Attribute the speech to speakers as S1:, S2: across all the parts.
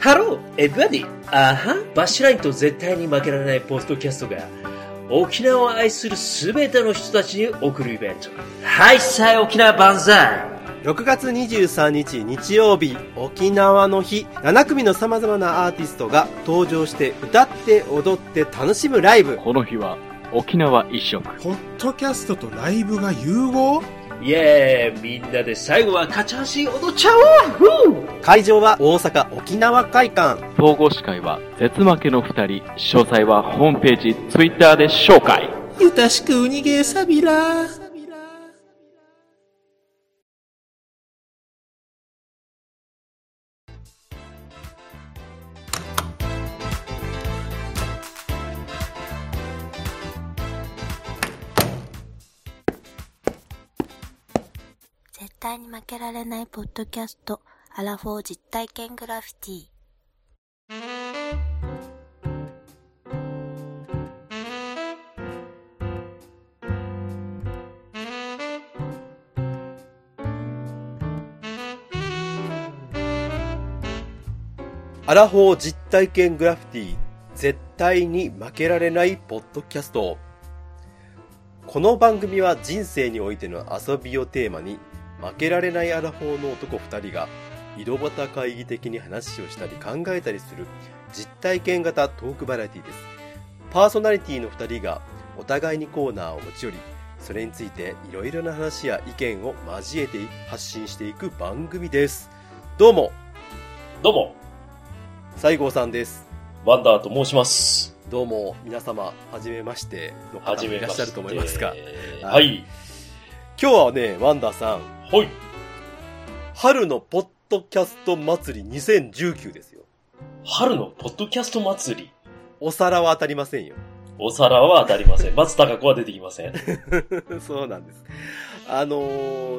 S1: Hello, everybody! あはバッシュラインと絶対に負けられないポッドキャストが沖縄を愛するすべての人たちに送るイベント。はい、さあ沖縄万歳
S2: 6月23日日曜日沖縄の日7組のさまざまなアーティストが登場して歌って踊って楽しむライブ
S3: この日は沖縄一色。
S4: ポッドキャストとライブが融合
S1: イエーイみんなで最後は勝ち走り踊っちゃおうふぅ
S2: 会場は大阪沖縄会館
S3: 統合司会は絶負けの二人。詳細はホームページ、ツイッターで紹介。
S4: ゆたしくうにげさびら
S5: 絶対に負けられないポッドキャスト、アラフォー実体験グラフィティ。
S2: アラフォー実体験グラフィティ絶対に負けられないポッドキャストこの番組は人生においての遊びをテーマに負けられないアラフォーの男2人が井戸端会議的に話をしたり考えたりする実体験型トークバラエティですパーソナリティの2人がお互いにコーナーを持ち寄りそれについていろいろな話や意見を交えて発信していく番組ですどうも
S1: どうも、
S2: 西郷さんです
S1: ワンダーと申します。
S2: どうも皆様はじめましての
S1: は
S2: 方
S1: じ
S2: も
S1: め
S2: いら
S1: まし。
S2: っしてゃると思いますが
S1: は。
S2: はい今日はねワンダーさん
S1: ほい。
S2: 春のポッドキャスト祭り2019ですよ
S1: 春のポッドキャスト祭り。
S2: お皿は当たりませんよ
S1: お皿は当たりません。松たか子は出てきません。
S2: そうなんですあの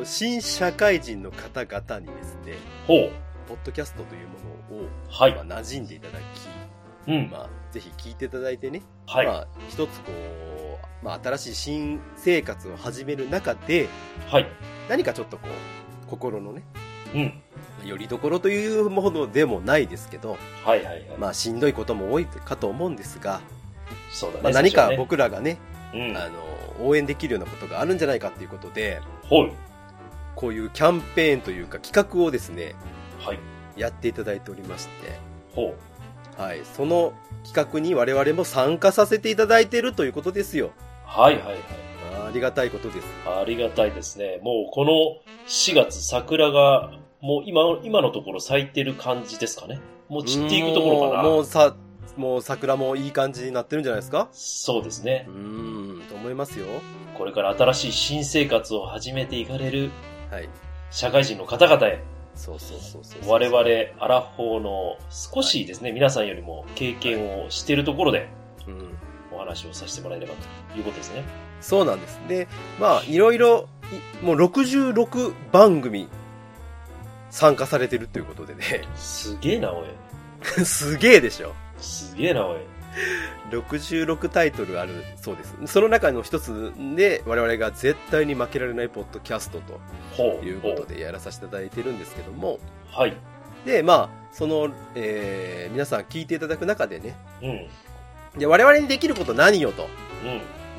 S2: ー新社会人の方々にですね
S1: ほう。
S2: ポッドキャストというものを、
S1: はい
S2: まあ、馴染んでいただ
S1: う
S2: き、
S1: ん。
S2: まあ、ぜひ聞いていただいてね、
S1: はい。
S2: まあ、一つこう、まあ、新しい新生活を始める中で
S1: はい。
S2: 何かちょっとこう心のね
S1: うん。
S2: よりどころというものでもないですけど、
S1: はいはいはい。
S2: まあ、しんどいことも多いかと思うんですが、
S1: そうだね。
S2: まあ、何か
S1: そっち
S2: 僕らがね
S1: はね、
S2: あの応援できるようなことがあるんじゃないかということで
S1: うん。ほい。
S2: こういうキャンペーンというか企画をですね
S1: はい。
S2: やっていただいておりまして、
S1: ほう。
S2: はい、その企画に我々も参加させていただいているということですよ
S1: はいはいはい。
S2: ありがたいことです
S1: ありがたいですね。もうこの4月桜が、もう今、今のところ咲いてる感じですかね。もう散っていくところか
S2: もうも
S1: な。
S2: うさもう桜もいい感じになってるんじゃないですか
S1: そうですね
S2: う。んと思いますよ
S1: これから新しい新生活を始めていかれる
S2: はい
S1: 社会人の方々へ、
S2: そうそうそうそうそう
S1: 我々、アラフォーの少しですね、皆さんよりも経験をしているところで
S2: うん
S1: お話をさせてもらえればということですね。
S2: そうなんです。で、まあ、いろいろ、いもう66番組参加されてるということでね。
S1: すげえな、おい。
S2: すげえでしょ。
S1: すげえな、おい。
S2: 66タイトルあるそうです。その中の一つで、我々が絶対に負けられないポッドキャストと
S1: ほう。
S2: いうことでやらさせていただいてるんですけども、
S1: ほう。はい。
S2: で、まあ、その、えー皆さん聞いていただく中でね、
S1: うん。うん。
S2: で我々にできること何よと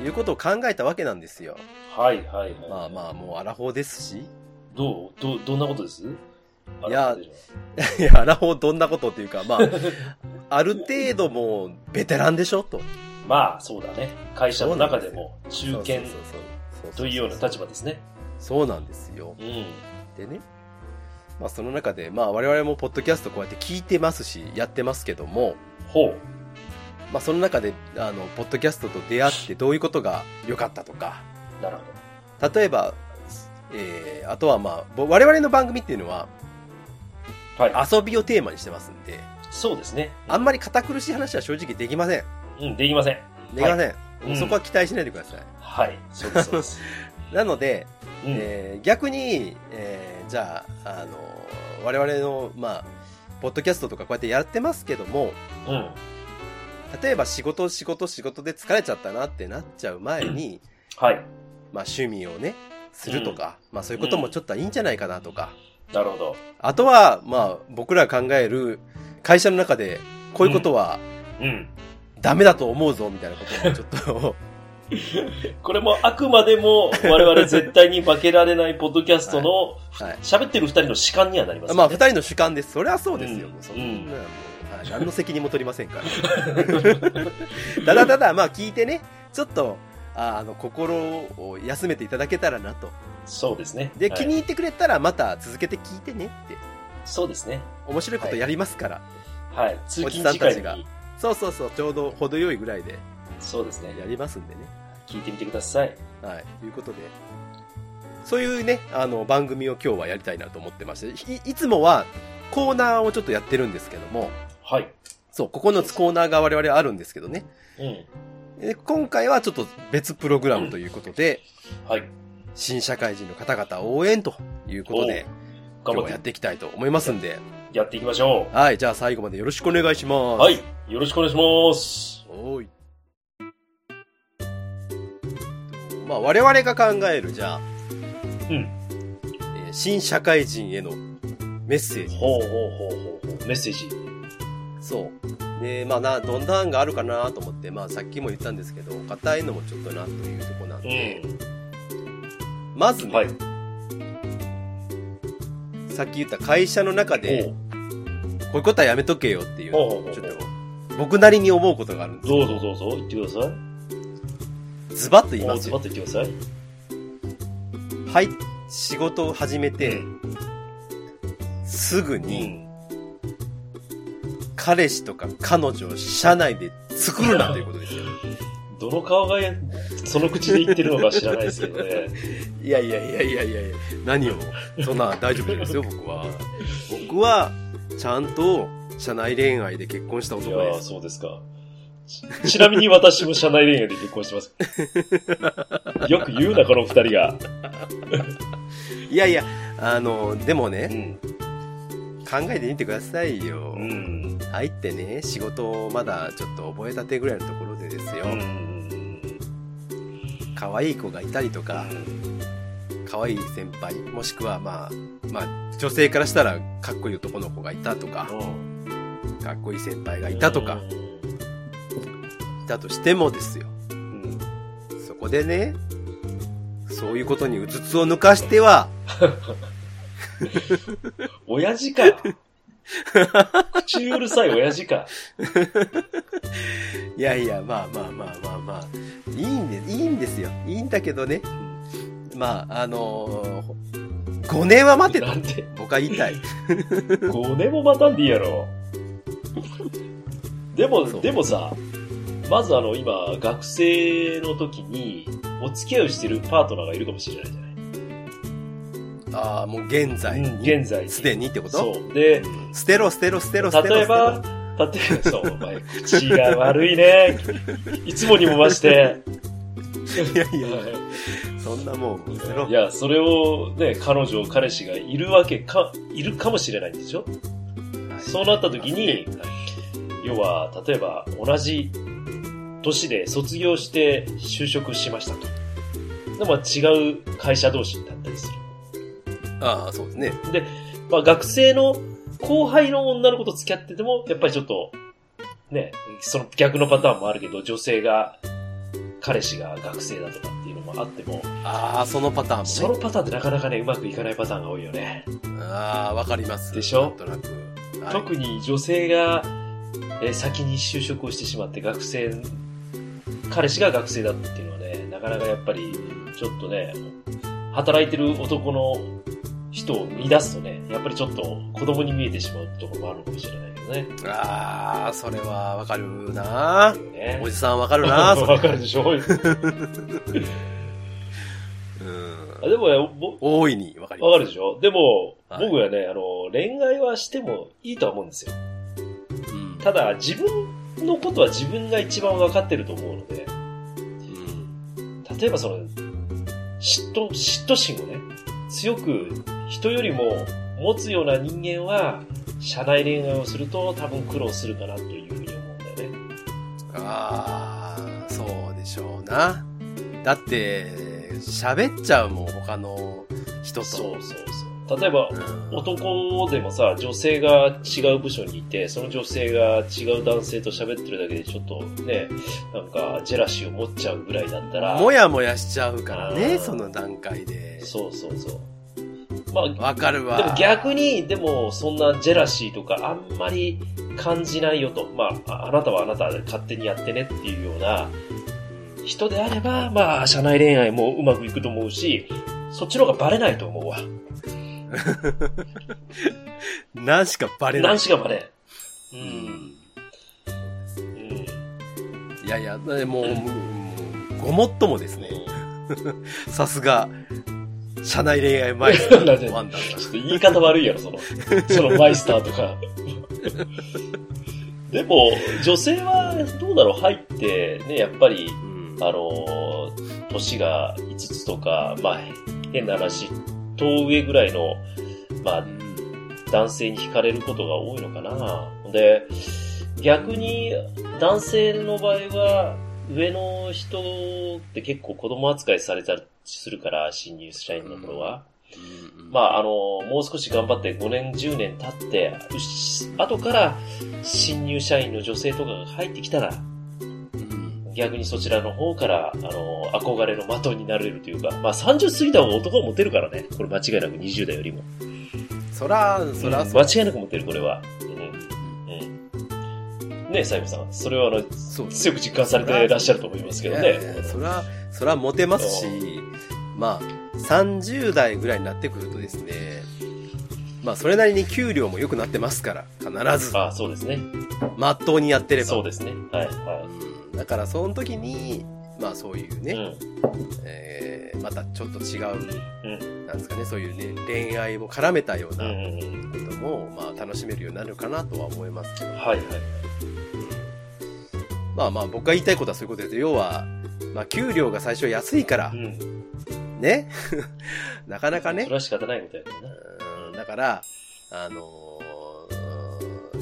S2: いうことを考えたわけなんですよ。
S1: はい、はい、はい。
S2: まあまあ、もうアラフォーですし、
S1: どうど、どんなことです
S2: いや
S1: あれ
S2: いや、アラフォーどんなことっていうか、 まあ、ある程度もうベテランでしょと。
S1: まあ、そうだね。会社の中でも中堅
S2: そうそうそう
S1: というような立場
S2: で。
S1: ですね。
S2: そうなんですよ。
S1: うん。
S2: でね。まあその中で、まあ我々もポッドキャストこうやって聞いてますし、やってますけども、
S1: ほう。
S2: まあその中で、あの、ポッドキャストと出会ってどういうことが良かったとか、
S1: なるほ
S2: 例えば、えー、あとはまあ、ぼ我々の番組っていうのは
S1: ど。はい。
S2: 遊びをテーマにしてますんで、
S1: そうですね。
S2: あんまり堅苦しい話は正直できません。
S1: うん、できません。
S2: できません。
S1: いうん
S2: そこは期待しないでください。
S1: はい。そうです、そう です。
S2: なので、
S1: うん。
S2: えー逆に、えーじゃあ、あの我々の、まあ、ポッドキャストとかこうやってやってますけども、
S1: うん。
S2: 例えば仕事、仕事、仕事で疲れちゃったなってなっちゃう前に、
S1: はい。
S2: まあ趣味をね、するとか、まあそういうこともちょっとはいいんじゃないかなとか、
S1: なるほど。
S2: あとは、まあ僕らが考える、会社の中で、こういうことは
S1: うん。
S2: ダメだと思うぞ、みたいなことをちょっと、
S1: これもあくまでも我々絶対に負けられないポッドキャストの
S2: はい。
S1: 喋ってる二人の主観にはなりますよね。
S2: まあ、二人の主観です。それはそうですよ。
S1: うん
S2: もうそんなもうはい何の責任も取りませんから。 ただただ、まあ、聞いてね、ちょっと、ああの、心を休めていただけたらなと。
S1: そうですね。
S2: で、
S1: はい
S2: 気に入ってくれたら、また続けて聞いてねって。
S1: そうですね。
S2: 面白いことやりますから。
S1: はい。通
S2: おじ
S1: 勤
S2: さん
S1: 時間
S2: たちが
S1: に、
S2: そうそうそう、ちょうど程よいぐらいで
S1: そうですね。
S2: やりますんでね。
S1: 聞いてみてください。
S2: はい。ということで、そういうね、あの、番組を今日はやりたいなと思ってまして、いいつもはコーナーをちょっとやってるんですけども、
S1: はい。
S2: そう、9つコーナーが我々あるんですけどね。
S1: うん。
S2: で今回はちょっと別プログラムということで、
S1: はい。
S2: 新社会人の方々応援ということで、今
S1: 頑張
S2: 日
S1: っ
S2: は
S1: て
S2: や
S1: や
S2: っ
S1: って
S2: いきたいと思いますんで、
S1: ていきましょ
S2: はい、じゃあ最後までよろしくお願いしま
S1: う。
S2: す。
S1: はい。。よろしくお願いします。
S2: おーい。まあ、我々が考える、じゃあ、
S1: うん
S2: えー新社会人へのメッセージ。
S1: ほうほうほうほうほう。メッセージ。
S2: そう。で、まあな、どんなんがあるかなと思って、まあさっきも言ったんですけど、硬いのもちょっとなというとこなんで、まず
S1: うん。
S2: ね、
S1: はい。
S2: さっき言った会社の中で、
S1: ほう
S2: こういうことはやめとけよっていう、
S1: ほうほうほう
S2: ちょっと、僕なりに思うことがあるんで
S1: どうぞどうぞ、言ってくださ
S2: す。ズバッと言
S1: い。
S2: い
S1: も
S2: ま
S1: う
S2: す
S1: ズ
S2: よ
S1: バッと言ってください。
S2: はい、仕事を始めて、
S1: うん
S2: すぐ
S1: う
S2: に、
S1: ん。
S2: 彼氏とか彼女を社内で作るなというこ とですよ。
S1: どの顔が、その口で言ってるのか知らないですけど ね。
S2: いやいやいやいやいやいや何を、そんな大丈夫ですよ、僕は。僕は、ちゃんと、社内恋愛で結婚した
S1: い
S2: 男
S1: や
S2: で
S1: ー、
S2: す。
S1: そうですか。ちちなみに私も社内恋愛で結婚してます。 よく言うな、この二人が。
S2: いやいや、あの、でも
S1: う
S2: ね、
S1: ん。
S2: 考えてみてくださいよ。
S1: うん。
S2: 入ってね、仕事をまだちょっと覚えたてぐらいのところでですよ
S1: う。ん。
S2: 可愛い子がいたりとか、可愛い先輩、もしくはまあ、まあ、女性からしたらかっこいい男の子がいたとか、かっこいい先輩がいたとか、いたとしてもですよ。
S1: うん。
S2: そこでね、そういうことにうつつを抜かしては、
S1: 親父か。口うるさい親父か。
S2: いやいや、まあまあまあまあまあ、いいんで、いいんですよ。いいんだけどね。まあ、あのー、5年は待てと
S1: な。んで、
S2: 僕は言いたい。
S1: 5年も待たんでいいやろ。でも
S2: そ、う
S1: でもさ、まずあの、今、学生の時に、お付き合いをしてるパートナーがいるかもしれないじゃない。
S2: ああ、もう現在
S1: うん
S2: に、
S1: 現在に
S2: すでにってこと
S1: そう。で、
S2: 捨てろ、捨てろ、捨てろ、捨てろ。
S1: 例えば、例えば、そう、お前、口が悪いね。いつもにも増 して。
S2: 捨てろ、いやいや、そんなもう、捨てろ
S1: い。や、それをね、彼女、彼氏がいるわけか、いるかもしれないんでしょ
S2: はい
S1: そうなった時に、要は、例えば、同じ年で卒業して就職しましたと。で、まあ、違う会社同士になったりす
S2: ああ、そうですね。
S1: る。で、まあ、学生の後輩の女の子と付き合ってても、やっぱりちょっと、ね、その逆のパターンもあるけど、女性が、彼氏が学生だとかっていうのもあっても、
S2: ああ、そのパター
S1: そ
S2: ンも
S1: のパターンってなかなかね、うまくいかないパターンが多いよね。
S2: ね。ああ、わかります。
S1: でしょ
S2: なんとなく。はい
S1: 特に女性が、えー先に就職をしてしまって学生彼氏が学生だっていうのはねなかなかやっぱりちょっとね働いてる男の人を乱すとねやっぱりちょっと子供に見えてしまうところもあるかもしれないけどね
S2: ああ、それはわかるな
S1: っていうね
S2: おじさんわかるなそ れ
S1: わかるでしょ
S2: うん。
S1: あでもねぼ
S2: 大いにわかります。
S1: わかるでしょでも、
S2: はい
S1: 僕はねあの恋愛はしてもいいとは思うんですよ
S2: うん
S1: ただ自分のことは自分が一番わかってると思うので
S2: うん
S1: 例えばその、嫉妬、嫉妬心をね、強く人よりも持つような人間は、社内恋愛をすると多分苦労するかなというふうに思うんだよね。
S2: ああ、そうでしょうな。だって、喋っちゃうもん、他の人と。
S1: そうそうそう。例えば、男でもさ、女性が違う部署にいて、その女性が違う男性と喋ってるだけで、ちょっとね、なんか、ジェラシーを持っちゃうぐらいだったら、
S2: もやもやしちゃうから
S1: う
S2: ね、
S1: ん
S2: その段階で。
S1: そうそうそう。まあ、
S2: わかるわ。
S1: でも逆に、でもそんなジェラシーとかあんまり感じないよと。まあ、ああなたはあなたで勝手にやってねっていうような人であれば、まあ、社内恋愛もうまくいくと思うし、そっちの方がバレないと思うわ。
S2: 何しかバレない
S1: 何。しかバレん。うん。うん。
S2: いやいや、でもう、もうごもっともですね。さすが、社内恋愛前の
S1: なんで
S2: ワンダー
S1: ちょっと言い方悪いやろ、 その、そのマイスターとか。でも、女性はどうだろう入って、ね、やっぱり、
S2: うん
S1: あのー、年が5つとか、まあ、変な話、遠上ぐらいの、まあ、男性に惹かれることが多いのかな。で、逆に、男性の場合は、上の人って結構子供扱いされたりするから、新入社員の頃は。まあ、あの、もう少し頑張って5年、10年経って、うし後から新入社員の女性とかが入ってきたら、逆にそちらの方から、あの、憧れの的になれるというか、まあ30過ぎた方が男はモテるからね。これ間違いなく20代よりも。
S2: そら、そら、
S1: うん
S2: そ
S1: 間
S2: ら、
S1: 違いなくモテる、これは。うん。うん。ねえ、サイムさん。それはあの、
S2: そう
S1: 強く実感されてらっしゃると思いますけど
S2: いやい
S1: ね
S2: やい。やそら、そらモテますし、まあ、30代ぐらいになってくるとですね、まあ、それなりに給料も良くなってますから、必ず。
S1: ああ、そうですね。
S2: まっとうにやってれば。
S1: そうですね。はい、は
S2: うんだから、その時に、まあ、そういう
S1: い。
S2: ね、
S1: う
S2: えーまたちょっと違
S1: う。
S2: う、なんですかね、そういうね、恋愛も絡めたようん
S1: うん
S2: な
S1: うんうん。
S2: ことも、まあ、楽しめるようになるかなとは思いますけど、
S1: はい、はい。
S2: まあまあ、僕が言いたいことはそういうことです。要は、まあ、給料が最初安いから
S1: う、ん。
S2: ね。 なかなかね
S1: それ、は仕方ないことやけどな。
S2: うんだから、あのーうん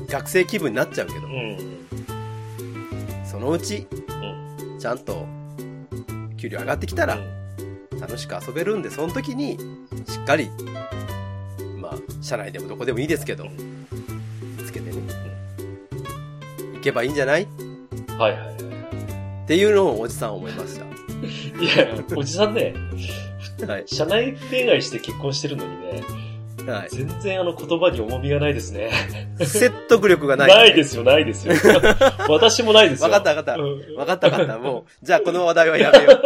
S2: 学生気分になっちゃうけど
S1: う、ん。
S2: そのうち、ちゃんと、給料上がってきたら、楽しく遊べるんで、その時に、しっかり、まあ、社内でもどこでもいいですけど、つけてね、行けばいいんじゃないっ
S1: うんはいはいはい。
S2: ていうのをおじさんは思いま した。
S1: いや、おじさんね、
S2: はい。
S1: 社内恋愛して結婚してるのにね、
S2: は
S1: 全然あの言葉に重みがないですね。
S2: い。説得力が
S1: な
S2: ないい。
S1: ですよ、ないですよ。 私もないですよ。
S2: わかったわかった
S1: うん
S2: わかったわかった。もう、じゃあこの話題はやめよ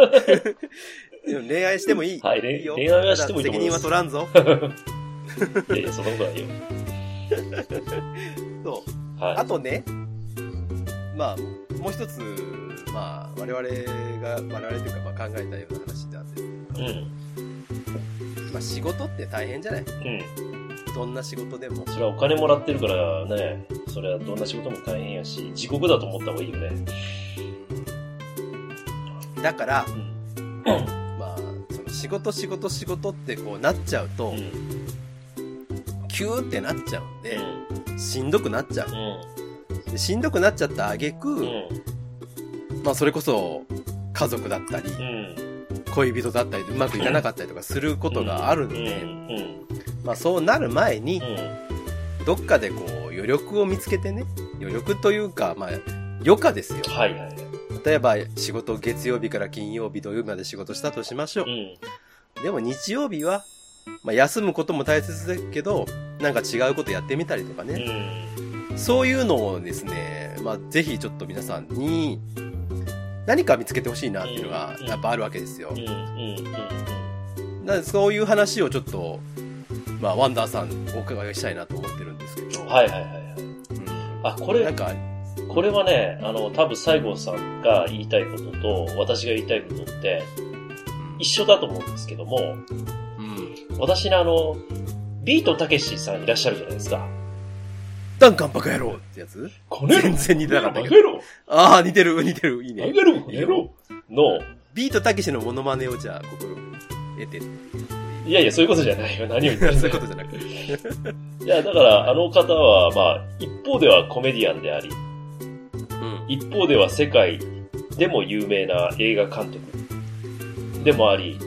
S2: う。でも恋愛してもいい。
S1: はい恋
S2: よ
S1: 恋愛はしてもいいと
S2: 責
S1: 思い
S2: 任
S1: ま
S2: は
S1: す
S2: 取らんぞ。
S1: いやいや、そんなことないよ。
S2: そう。
S1: はい。
S2: あとね、まあ、もう一つ、まあ、我々が、我々というか、まあ考えたような話なんです
S1: うん、うん。
S2: けど、まあ仕事って大変じゃないどんな仕事でも。
S1: それはお金もらってるからね、それはどんな仕事も大変やし、地獄だと思った方がいいよね。
S2: だから、
S1: うん。
S2: まあ、その仕事仕事仕事ってこうなっちゃうと
S1: う、ん。
S2: キューってなっちゃうん
S1: う
S2: で、
S1: ん。
S2: しんどくなっちゃ
S1: う
S2: う。
S1: ん。
S2: でしんどくなっちゃった挙句、
S1: うん。
S2: まあそれこそ、家族だったり、
S1: うん。
S2: 恋人だったりでうまくいかなかったりとかすることがあるので、
S1: うん。うん。
S2: まあそうなる前に
S1: う、ん。
S2: どっかでこう、余力を見つけてね、余力というか、まあ、余暇ですよ。
S1: はいはい。
S2: 例えば、仕事月曜日から金曜日、土曜日まで仕事したとしましょ
S1: う
S2: う。
S1: ん。
S2: でも日曜日は、まあ休むことも大切だけど、なんか違うことやってみたりとか
S1: う
S2: ね。
S1: ん。
S2: そういうのをですね、まあぜひちょっと皆さんに、何か見つけてほしいなっていうのが、やっぱあるわけですよ
S1: うん。。うん。うん。
S2: なのでそういう話をちょっと、まあ、ワンダーさんお伺いしたいなと思ってるんですけど。
S1: はいはいはいはい。
S2: うん
S1: あ、こ
S2: な
S1: れ
S2: ん、か、
S1: これはね、あの、多分西郷さんが言いたいことと、私が言いたいことって、一緒だと思うんですけども、
S2: うん
S1: 私ね、あの、ビートたけしさんいらっしゃるじゃないですか。
S2: ダンカンバカ野郎ってやつ
S1: こ
S2: 全然似てなかったけど。
S1: ど。
S2: ああ、似てる、似てる、いいね。
S1: げろ、の、
S2: ビートたけしのモノマネをじゃあ、ここ、得て。
S1: いやいや、そういうことじゃないよ。何を言ってる
S2: そういうことじゃなくて。
S1: いや、だから、あの方は、まあ、一方ではコメディアンであり、
S2: うん。
S1: 一方では世界でも有名な映画監督でもあり、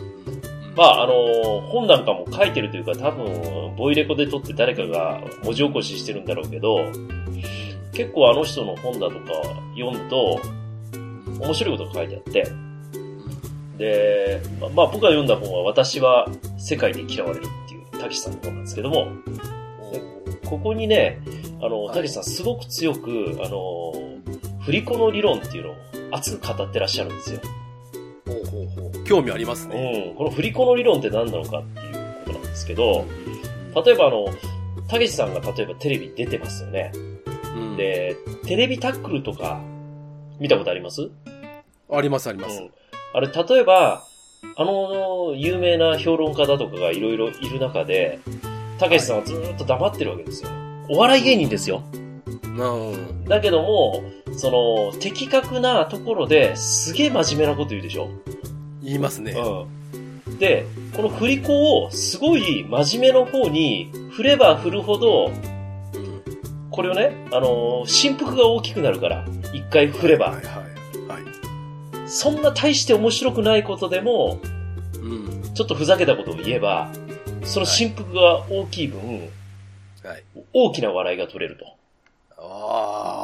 S1: まあ、あの、本なんかも書いてるというか、多分、ボイレコで撮って誰かが文字起こししてるんだろうけど、結構あの人の本だとか読むと、面白いことが書いてあって、で、まあ、まあ僕が読んだ本は、私は世界で嫌われるっていう、たけしさんの本なんですけども、ここにね、あの、
S2: はい
S1: たけしさんすごく強く、あの、振り子の理論っていうのを熱く語ってらっしゃるんですよ。
S2: ほうほうほう興味ありますね。
S1: うん、この振り子の理論って何なのかっていうことなんですけど、例えばあの、たけしさんが例えばテレビ出てますよね。
S2: うん、
S1: で、テレビタックルとか、見たことあります
S2: ありますあります。
S1: うんあれ、例えば、あの、有名な評論家だとかがいろいろいる中で、たけしさんはずーっと黙ってるわけですよ。お笑い芸人ですよ。
S2: うん
S1: だけども、その、的確なところですげえ真面目なこと言うでしょ。
S2: 言いますね。
S1: うん。で、この振り子をすごい真面目の方に振れば振るほど、
S2: うん
S1: これをね、あのー振幅が大きくなるから、一回振れば
S2: はい。はいはい。
S1: そんな大して面白くないことでも、
S2: うん。
S1: ちょっとふざけたことを言えば、その振幅が大きい分、
S2: はい。
S1: 大きな笑いが取れると。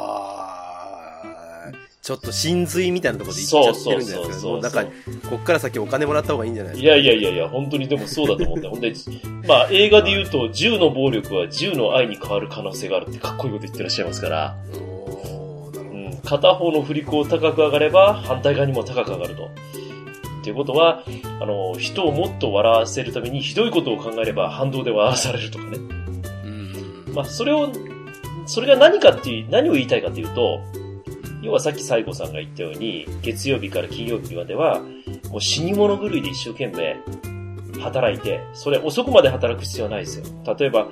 S2: あーちょっと真髄みたいなところで
S1: そう
S2: 言っちゃっ
S1: そう
S2: てる
S1: ん
S2: じゃない
S1: そう
S2: ですか。
S1: そ
S2: も
S1: う
S2: うなんか、こっから先お金もらった方がいいんじゃない
S1: い
S2: です
S1: やいやいやいや、本当にでもそうだと思うんだよ。ほんで、まあ映画で言うと、銃の暴力は銃の愛に変わる可能性があるってかっこいいこと言ってらっしゃいますから。
S2: か。おーなる
S1: うん、
S2: ほ
S1: 片方の振り子を高く上がれば反対側にも高く上がると。っていうことは、あの、人をもっと笑わせるためにひどいことを考えれば反動で笑わされるとかね。
S2: どうん
S1: まあ、それを、それが何かっていう、何を言いたいかというと、要はさっき西郷さんが言ったように、月曜日から金曜日までは、もう死に物狂いで一生懸命働いて、それ遅くまで働く必要はないですよ。例えば、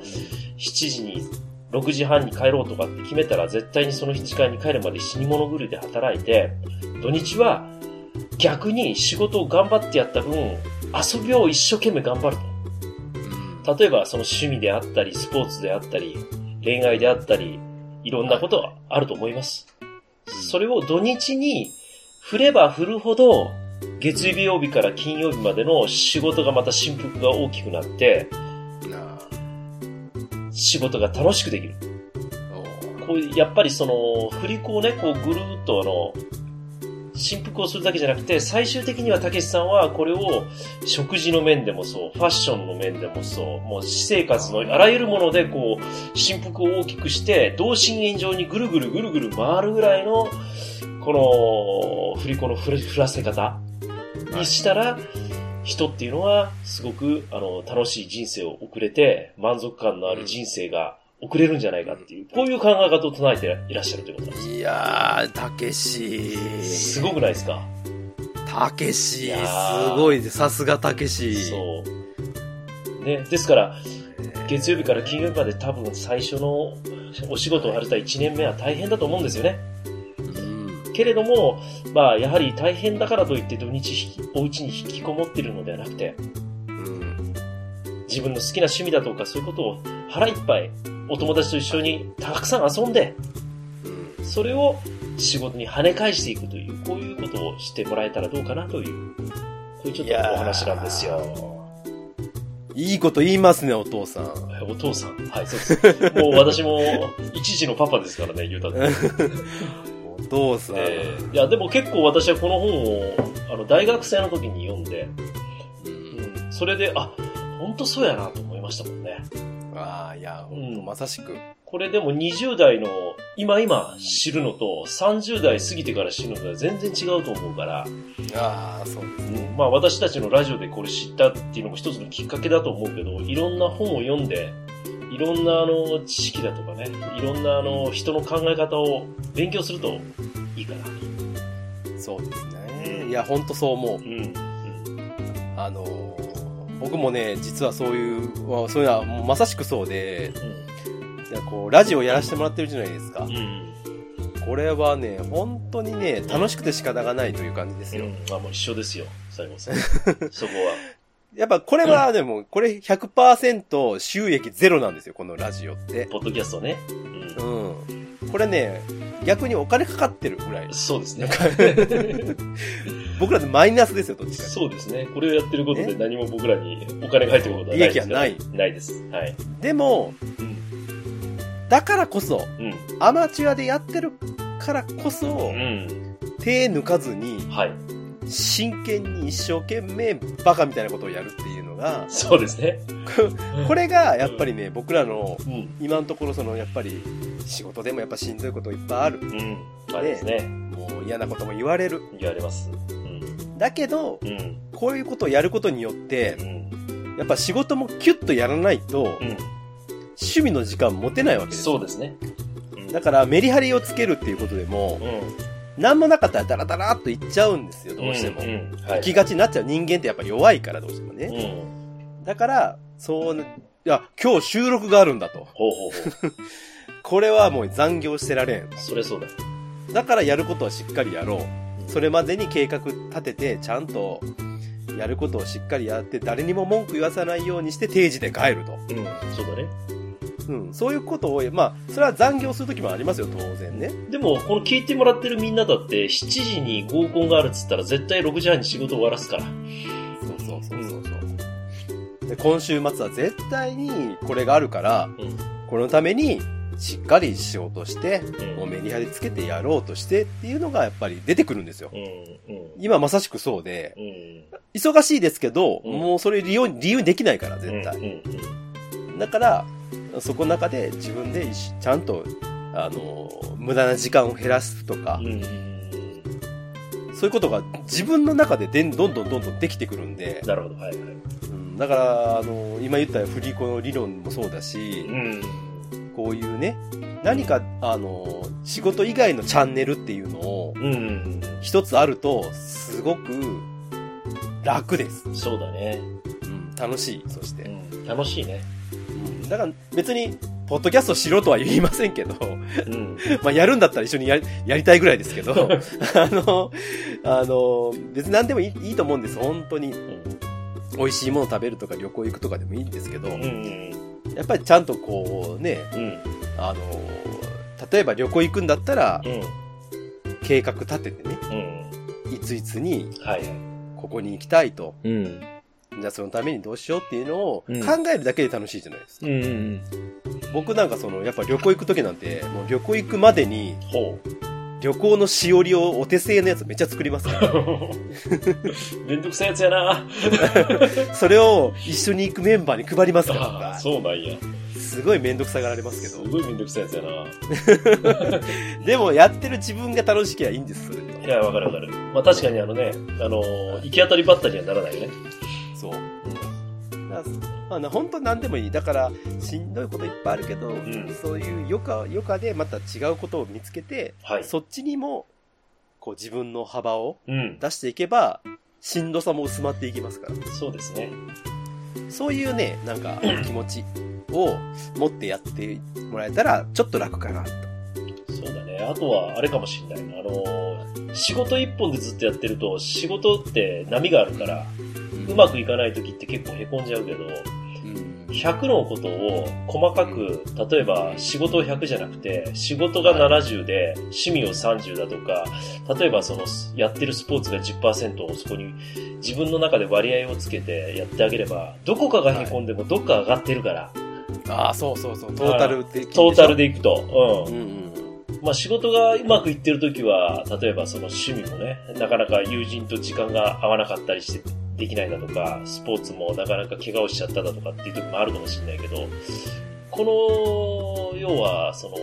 S1: 7時に、6時半に帰ろうとかって決めたら、絶対にその時間に帰るまで死に物狂いで働いて、土日は逆に仕事を頑張ってやった分、遊びを一生懸命頑張ると。例えばその趣味であったり、スポーツであったり、恋愛であったり、いろんなことがあると思います。それを土日に振れば振るほど、月曜日から金曜日までの仕事がまた振幅が大きくなって、
S2: なあ
S1: 仕事が楽しくできる。
S2: おー
S1: こういう、やっぱりその、振り子をね、こうぐるーっとあの、振幅をするだけじゃなくて、最終的にはたけしさんはこれを食事の面でもそう、ファッションの面でもそう、もう私生活のあらゆるものでこう、振幅を大きくして、同心円状にぐるぐるぐるぐる回るぐらいの、この、振り子の振る振らせ方にしたら、人っていうのはすごくあの楽しい人生を送れて満足感のある人生が送れるんじゃないかっていう、こういう考え方を唱えていらっしゃるということなんで
S2: いやー、たけし
S1: す。すごくないですか、
S2: たけし
S1: いやー
S2: すごいね。さすがたけし
S1: そう。ね、ですから、月曜日から金曜日まで多分最初のお仕事をされた1年目は大変だと思うんですよね。
S2: うん
S1: けれども、まあ、やはり大変だからといって土日引きお家に引きこもってるのではなくて、
S2: うん
S1: 自分の好きな趣味だとかそういうことを腹いっぱいお友達と一緒にたくさん遊んで、
S2: うん
S1: それを仕事に跳ね返していくという、こういうことをしてもらえたらどうかなという、こういうちょっとお話なんですよ。
S2: いいこと言いますね、お父さん。
S1: お父さん。はい、そうです。もう私も一時のパパですからね、言うた って。
S2: お父さん。
S1: えーいや、でも結構私はこの本を、あの、大学生の時に読んで、
S2: うん
S1: うん、それで、あ、本当そうやなと思いましたもんね。
S2: ああ、いや、ほんと、まさしく。
S1: これでも20代の、今今知るのと、30代過ぎてから知るのとは全然違うと思うから、
S2: ああ、そうですね。
S1: まあ私たちのラジオでこれ知ったっていうのも一つのきっかけだと思うけど、いろんな本を読んで、いろんなあの知識だとかね、いろんなあの人の考え方を勉強するといいかな。
S2: そうですね。いや、ほんとそう思う
S1: う。ん。
S2: あのー僕もね、実はそういう、まあ、そういうのはもうまさしくそうで、いやこう、ラジオやらせてもらってるじゃないですか
S1: うん。。うん。
S2: これはね、本当にね、楽しくて仕方がないという感じですよ。
S1: まあもう一緒ですよ、最 後さん。そこ
S2: やっぱこれはでも、これ100%収益ゼロなんですよ、このラジオって
S1: は。。ポッドキャストね。うん。
S2: うん。これね、逆にお金かかってるぐらい。
S1: そうです ね。
S2: 僕らってマイナスですよ、どっちか
S1: そうですね。これをやってることで何も僕らにお金が入ってくることはないですから
S2: 利益
S1: ないです。はい。
S2: でも、
S1: うん。
S2: だからこそ、
S1: うん。
S2: アマチュアでやってるからこそ、
S1: うん。
S2: 手抜かずに、
S1: はい。
S2: 真剣に一生懸命バカみたいなことをやるっていうのが、
S1: そうですね。
S2: これがやっぱりね、僕らの
S1: うん。
S2: 今のところそのやっぱり仕事でもやっぱしんどいこといっぱいある。
S1: うん。あれですね。
S2: もう嫌なことも言われる。
S1: 言われます。うん。
S2: だけど、
S1: うん。
S2: こういうことをやることによって
S1: う、ん。
S2: やっぱ仕事もキュッとやらないと
S1: う、ん。
S2: 趣味の時間持てないわけです。
S1: そうですね。うん
S2: だからメリハリをつけるっていうことでも
S1: う、ん。
S2: 何もなかったらダラダラっといっちゃうんですよ、どうしても。
S1: ん
S2: 行
S1: んはい。
S2: きがちになっちゃう人間ってやっぱ弱いからどうしても
S1: う
S2: ね。
S1: ん。
S2: だから、そう、いや、今日収録があるんだと。
S1: ほうほうほ
S2: これはもう残業してられん。
S1: う。それそうだ。
S2: だからやることはしっかりやろう。それまでに計画立てて、ちゃんとやることをしっかりやって、誰にも文句言わさないようにして定時で帰ると。
S1: うん。そうだね。
S2: うん、そういうことを、まあ、それは残業するときもありますよ、当然ね。
S1: でも、この聞いてもらってるみんなだって、7時に合コンがあるっつったら、絶対6時半に仕事終わらすから。
S2: そうそうそうそうそう。で、今週末は絶対にこれがあるから、
S1: うん。
S2: このためにしっかり仕事して、
S1: うん
S2: もうメリハリつけてやろうとしてっていうのがやっぱり出てくるんですよ
S1: う。ん。うん。
S2: 今まさしくそうで、
S1: うん。
S2: 忙しいですけど、
S1: うん
S2: もうそれ利用、理由にできないから、絶
S1: う
S2: 対。
S1: ん。うん
S2: だから、そこの中で自分で一ちゃんと、あの、無駄な時間を減らすとか
S1: う、ん。うん
S2: そういうことが自分の中ででんどんどんどんどんできてくるんで、
S1: なるほど。はいはい。
S2: うんだから、あの、今言った振り子の理論もそうだ
S1: う
S2: し、
S1: ん。
S2: こういうね、何か、あの、仕事以外のチャンネルっていうのを
S1: うん。
S2: 一つあると、すごく楽です。
S1: そうだね。
S2: うん楽しい、そし
S1: う
S2: て。
S1: ん。楽しいね。
S2: うんだから別に、ポッドキャストしろとは言いませんけど、
S1: うん。
S2: まあやるんだったら一緒にやりやりたいぐらいですけど、 あの、あの、別に何でもいいいいと思うんです、本当に。美味しいもの食べるとか旅行行くとかでもいいんですけど、
S1: うん。うん。
S2: やっぱりちゃんとこうね、
S1: うん。
S2: あの、例えば旅行行くんだったら
S1: う、ん。
S2: 計画立ててね、
S1: うん。
S2: いついつに
S1: はい。
S2: ここに行きたいと、
S1: うん。
S2: じゃあそのためにどうしようっていうのを
S1: うん
S2: 考えるだけで楽しいじゃないですか。
S1: うんうん。
S2: 僕なんかその、やっぱ旅行行く時なんて、もう旅行行くまでに
S1: ほ
S2: 旅行のしおりをお手製のやつめっちゃ作りま すから、
S1: う。めんどくさいやつやな。
S2: それを一緒に行くメンバーに配りますからと
S1: ああ、
S2: か、
S1: そうなんや。
S2: すごいめんどくさがられます
S1: す
S2: け
S1: ごいめんどくさいやつやな。
S2: ど、でもやってる自分が楽しきゃいいんです、それ
S1: いや、わかるわかる。まあ確かにあのね、あのー、行き当たりばったりにはならないよね。
S2: そう。なまあな、本当何でもいい。だから、しんどいこといっぱいあるけど、
S1: ん
S2: そういう余暇、余暇でまた違うことを見つけて、
S1: はい。
S2: そっちにも、こう自分の幅を
S1: うん。
S2: 出していけば、しんどさも薄まっていきますから。
S1: そうですね。
S2: そういうね、なんか、気持ちを持ってやってもらえたら、ちょっと楽かなと。
S1: そうだね。あとは、あれかもしんないな。あのー、仕事一本でずっとやってると、仕事って波があるから、うまくいかない時って結構凹んじゃうけど、
S2: うん
S1: 100のことを細かく、例えば仕事を100じゃなくて、仕事が70で、趣味を30だとか、例えばそのやってるスポーツが10%をそこに自分の中で割合をつけてやってあげれば、どこかが凹んでもどっか上がってるから、
S2: ああ、そうそうそう、トータルで。
S1: トータル。でいくと。
S2: う
S1: うんん。
S2: うん。
S1: まあ仕事がうまくいってる時は、例えばその趣味もね、なかなか友人と時間が合わなかったりして、できないだとか、スポーツもなかなか怪我をしちゃっただとかっていう時もあるかもしれないけど、この、要は、その、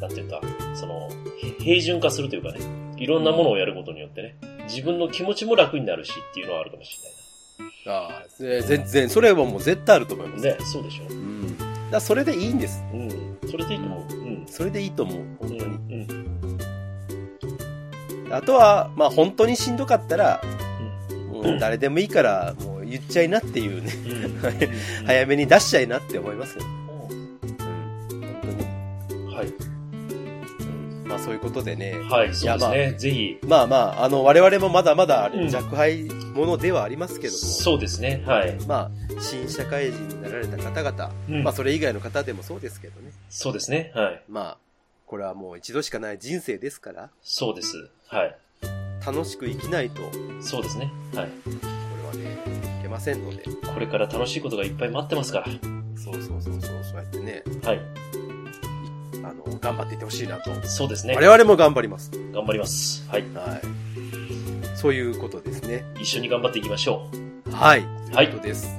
S1: なんていうか、その、へ平準化するというかね、いろんなものをやることによってね、自分の気持ちも楽になるしっていうのはあるかもし
S2: ああ、えー全然、それはもう絶対あると思いま
S1: れ
S2: す。
S1: ない。ね、そうでしょ。
S2: うん。だからそれでいいんです。
S1: うん。それでいいと思う。うん。
S2: それでいいと思う、
S1: う
S2: 本当に。
S1: ん。うん。
S2: あとは、まあ本当にしんどかったら、もう誰でもいいから、もう言っちゃいなっていうね、
S1: うん。
S2: 早めに出しちゃいなって思いますよ。本
S1: はい。
S2: 当に。うんまあそういうことでね、
S1: はい、そうです
S2: いや
S1: ね。ぜひ。
S2: まあまあ、あの、我々もまだまだあれ
S1: うん
S2: 若輩者ではありますけども、
S1: そうですね。はい。
S2: まあ、新社会人になられた方々、
S1: うん
S2: まあそれ以外の方でもそうですけどね、
S1: そうですね。はい。
S2: まあ、これはもう一度しかない人生ですから、
S1: そうです。はい。
S2: 楽しく生きないと、こ
S1: そうですね。はい。
S2: れはね、いけませんので。
S1: これから楽しいことがいっぱい待ってますから。
S2: そうそうそうそう、そうやってね、
S1: はい。
S2: あの、頑張っていってほしいなと。
S1: そうですね。
S2: 我々も頑張ります。
S1: 頑張ります。はい。
S2: はい。そういうことですね。
S1: 一緒に頑張っていきましょう。
S2: はい。
S1: はい
S2: とうことです。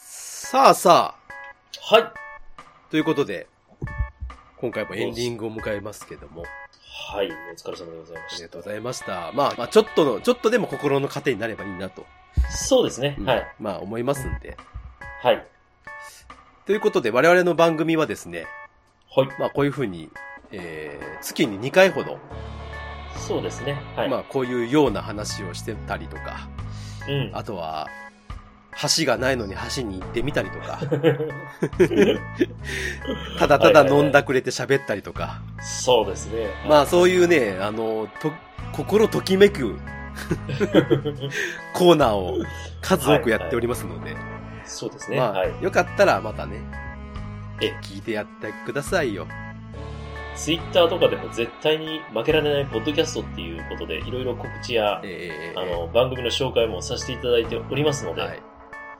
S2: さあさあ、
S1: はい。
S2: ということで、今回もエンディングを迎えますけども、
S1: はい。お疲れ様でございま
S2: あり
S1: し
S2: がとうございました。まあ、まあ、ちょっとの、ちょっとでも心の糧になればいいなと、
S1: た。そうですね
S2: う。ん
S1: はい。
S2: まあ思いますんで。
S1: はい。
S2: ということで、我々の番組はですね、
S1: はい。
S2: まあこういうふうに、えー、月に2回ほど、
S1: そうですね。はい。
S2: まあこういうような話をしてたりとか、
S1: うん。
S2: あとは、橋がないのに橋に行ってみたりと か、ただただ飲んだくれて喋ったりとか、
S1: そうですね。
S2: まあそういうね、あの、と、心ときめ くコーナーを数多くやっておりますので、
S1: そうですね。
S2: まあ、
S1: はい。
S2: よかったらまたね、
S1: え
S2: 聞いてやってくださいよ。
S1: ツイッターとかでも絶対に負けられないポッドキャストっていうことで、いろいろ告知や、
S2: えー
S1: あの、番組の紹介もさせていただいておりますので、
S2: はい。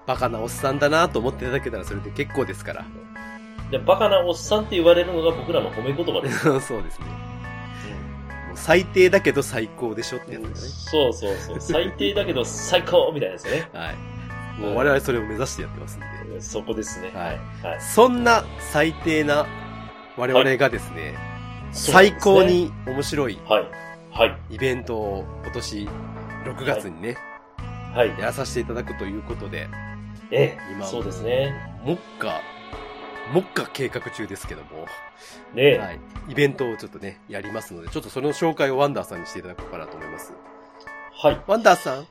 S2: バカなおっさんだなと思っていただけたらそれで結構ですから。
S1: でバカなおっさんって言われるのが僕らの褒め言葉です。
S2: そうですね。もう最低だけど最高でしょってやつだ
S1: う
S2: ね
S1: ん。そうそうそう。最低だけど最高みたいですね。
S2: はい。もう我々それを目指してやってますんで。
S1: そこですね。
S2: はい
S1: はい。
S2: そんな最低な我々がですね、最高に面白い
S1: はい。はい。
S2: イベントを今年6月にね、
S1: はい。
S2: やらさせていただくということで、
S1: ええ、
S2: 今
S1: そうですね。。
S2: もっか、もっか計画中ですけども、
S1: ねえ、
S2: はい。イベントをちょっとね、やりますので、ちょっとその紹介をワンダーさんにしていただこうかなと思います。
S1: はい。
S2: ワンダーさん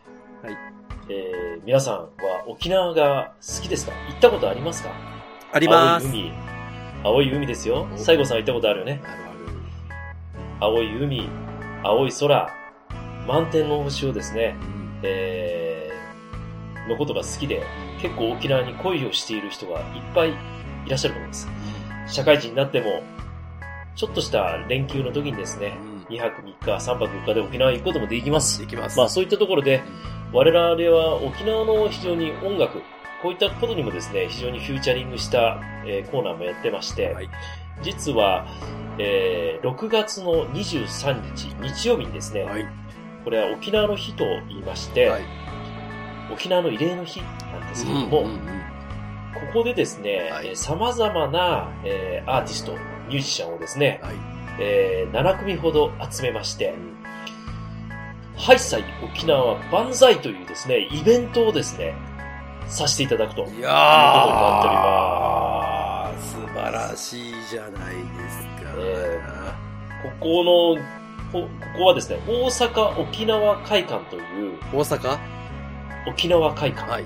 S1: えー、皆さんは沖縄が好きですか行ったことありますかあ
S2: あります。
S1: 青い海。青い海ですよ。
S2: お
S1: 西郷さん行ったことあるよね。
S2: あるある。
S1: 青い海、青い空、満天の星をですね、
S2: うん
S1: えー、のことが好きで、結構沖縄に恋をしている人がいっぱいいらっしゃると思います。社会人になっても、ちょっとした連休の時にですね、
S2: うん
S1: 2泊3日、3泊4日で沖縄行くこともできます
S2: で。きます。
S1: まあそういったところで、我々は沖縄の非常に音楽、こういったことにもですね、非常にフューチャリングした、えーコーナーもやってまして、
S2: はい
S1: 実は、えー6月の23日、日曜日にですね、
S2: はい。
S1: これは沖縄の日と言いまして、
S2: はい
S1: 沖縄の慰霊の日なんですけれども、
S2: うんうん
S1: ここでですね、
S2: はい
S1: えー様々な、えーアーティスト、ミュージシャンをですね、
S2: はい。
S1: えー7組ほど集めまして、ハイサイ沖縄万歳というですね、イベントをですね、させていただくと。
S2: いやー、素晴らしいじゃないですか。
S1: えここの、こここはですね、大阪沖縄会館という
S2: 大阪
S1: 沖縄会館、
S2: はい。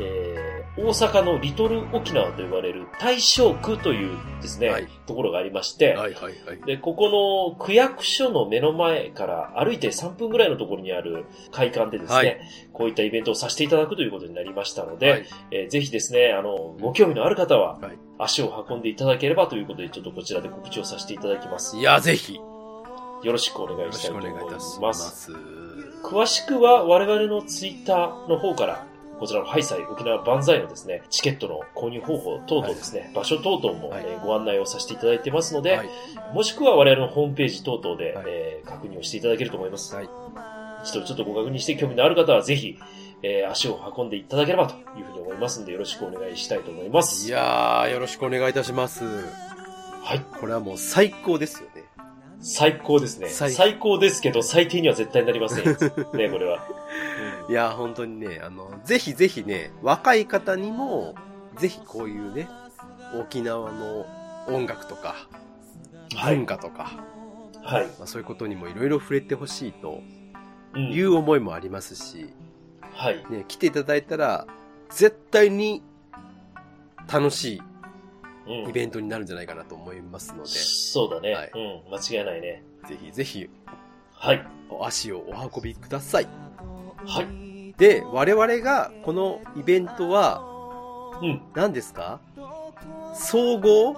S1: えー大阪のリトル沖縄と呼ばれる大正区というですね、
S2: はい
S1: ところがありまして、
S2: はいはいはい。
S1: で、ここの区役所の目の前から歩いて3分ぐらいのところにある会館でですね、
S2: はい
S1: こういったイベントをさせていただくということになりましたので、
S2: はい
S1: えーぜひですね、あの、ご興味のある方は
S2: はい、
S1: 足を運んでいただければということで、ちょっとこちらで告知をさせていただきます。
S2: い
S1: よ
S2: や、ぜひ、よ
S1: ろしくお願
S2: ろ
S1: いし
S2: した
S1: い
S2: く
S1: と
S2: お
S1: 思
S2: 願い
S1: い
S2: いたし
S1: ま。
S2: ますす。
S1: 詳しくは、我々のツイッターの方から、こちらのハイサイ沖縄万歳のですね、チケットの購入方法等々ですね、場所等々も、
S2: はい
S1: えーご案内をさせていただいてますので、
S2: はい。
S1: もしくは我々のホームページ等々で、
S2: はい
S1: えー確認をしていただけると思います。
S2: はい
S1: 一度ちょっとご確認して興味のある方はぜひ、えー足を運んでいただければというふうに思いますのでよろしくお願いしたいと思います。
S2: いやー、よろしくお願いいたします。
S1: はい。
S2: これはもう最高ですよね。
S1: 最高ですね。
S2: 最
S1: 最高ですけど最低には絶対になりま せんよ。ね、これは。
S2: いやー、本当にね、あの、ぜひぜひね、若い方にも、ぜひこういうね、沖縄の音楽とか、
S1: はい
S2: 文。化とか、
S1: はい。
S2: まあ、そういうことにもいろいろ触れてほしいと
S1: う
S2: い
S1: ん。
S2: う思いもありますし、
S1: はい。
S2: ね、来ていただいたら、絶対に楽し
S1: うん
S2: いイベントになるんじゃないかなと思いますので、ぜ
S1: そうだね、
S2: はい
S1: うん。間違いないね。
S2: ひぜひ
S1: はい。
S2: お足をお運びください。
S1: はい。
S2: で、我々がこのイベントは
S1: うん。
S2: 何ですか総合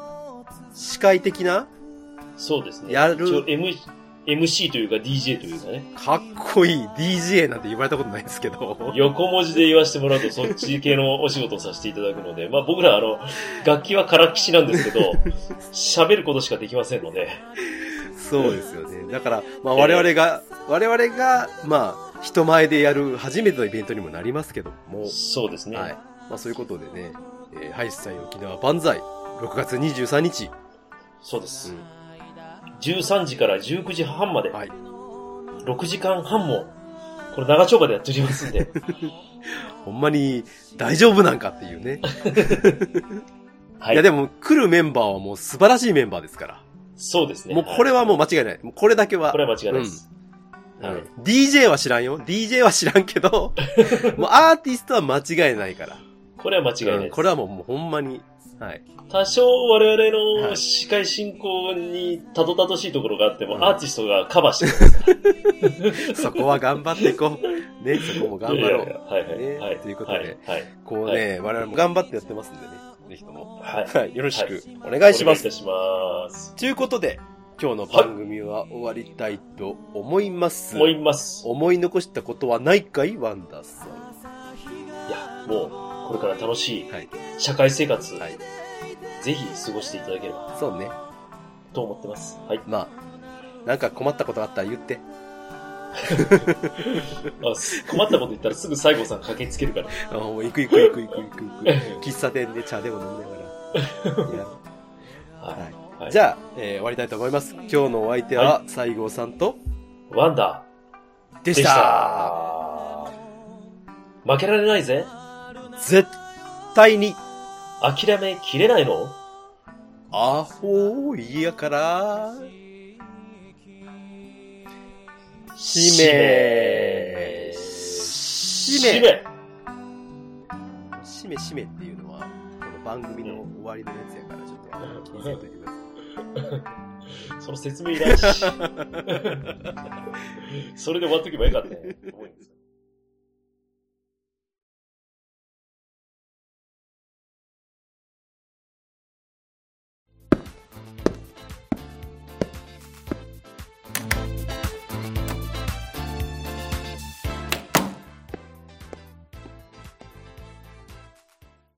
S2: 司会的な
S1: そうですね。
S2: やる
S1: 一応 M MC というか DJ というかね。
S2: かっこいい DJ なんて言われたことないんですけ ど。
S1: 横文字で言わせてもらうと、そっち系のお仕事をさせていただくので、まあ僕ら、あの、楽器は空っきしなんですけ ど、喋ることしかできませんので、
S2: そうですよね。だから、まあ我々が、我々が、まあ、人前でやる初めてのイベントにもなりますけども、
S1: そうですね。
S2: はい。まあそういうことでね、えー、ハイス祭沖縄万歳、6月23日、
S1: そうです、13時から19時半まで、
S2: はい。
S1: 6時間半も、これ長丁場でやっておりますんで、
S2: ほんまに大丈夫なんかっていうね。、
S1: はいい。
S2: やでも来るメンバーはもう素晴らしいメンバーですから。
S1: そうですね。
S2: もうこれはもう間違いない。もうこれだけ
S1: い
S2: は。
S1: これは間違いないです。
S2: うん
S1: はい
S2: DJ は知らんよ。DJ は知らん けど、もうアーティストは間違いないから。
S1: これは間違いない
S2: うん
S1: です。
S2: これはもうもうほんまに、はい。
S1: 多少我々
S2: は
S1: の
S2: い
S1: 司会進行にたどたどしいところがあっても、
S2: うん
S1: アーティストがカバーしてくれますから。
S2: そこは頑張ってい こう。ね、そこも頑張ろ
S1: いやいや
S2: う。
S1: はいはい。は
S2: ね
S1: い。
S2: ということで
S1: はい。
S2: こうね、我々も頑張ってやってますんでね。ぜひとも。
S1: はい。はい
S2: はい、よろしくお願いします
S1: お。願いいたします。
S2: ということで、今日の番組は終わりたいと思います。
S1: 思います。
S2: 思い残したことはないかいワンダーさん。
S1: いや、もう、これから楽しい
S2: はい。
S1: 社会生活、
S2: はい。
S1: ぜひ過ごしていただければ
S2: そうね。
S1: と思ってます。はい。
S2: まあ、なんか困ったことあったら言って。
S1: あす困ったこと言ったらすぐ西郷さん駆けつけるから。
S2: あもう行く行く行く行く 行く行く。喫茶店で茶でも飲みなが ら。いや
S1: は
S2: はい
S1: い。はい、
S2: じ
S1: ゃ
S2: ゃあ、えー終わりたいと思います。今日のお相手は、西郷さんと、
S1: ワンダ
S2: で
S1: ー
S2: し。
S1: でしたた。負けられないぜ。
S2: 絶対に、
S1: 諦めきれないの
S2: アホやから、しめ、し
S1: 締
S2: め、
S1: め
S2: しめしめっていうのは、この番組の終わりのやつやから、ちょっとあんま気にせんといてください。
S1: その説明いらんし。それで終わっとけばよかったね。思います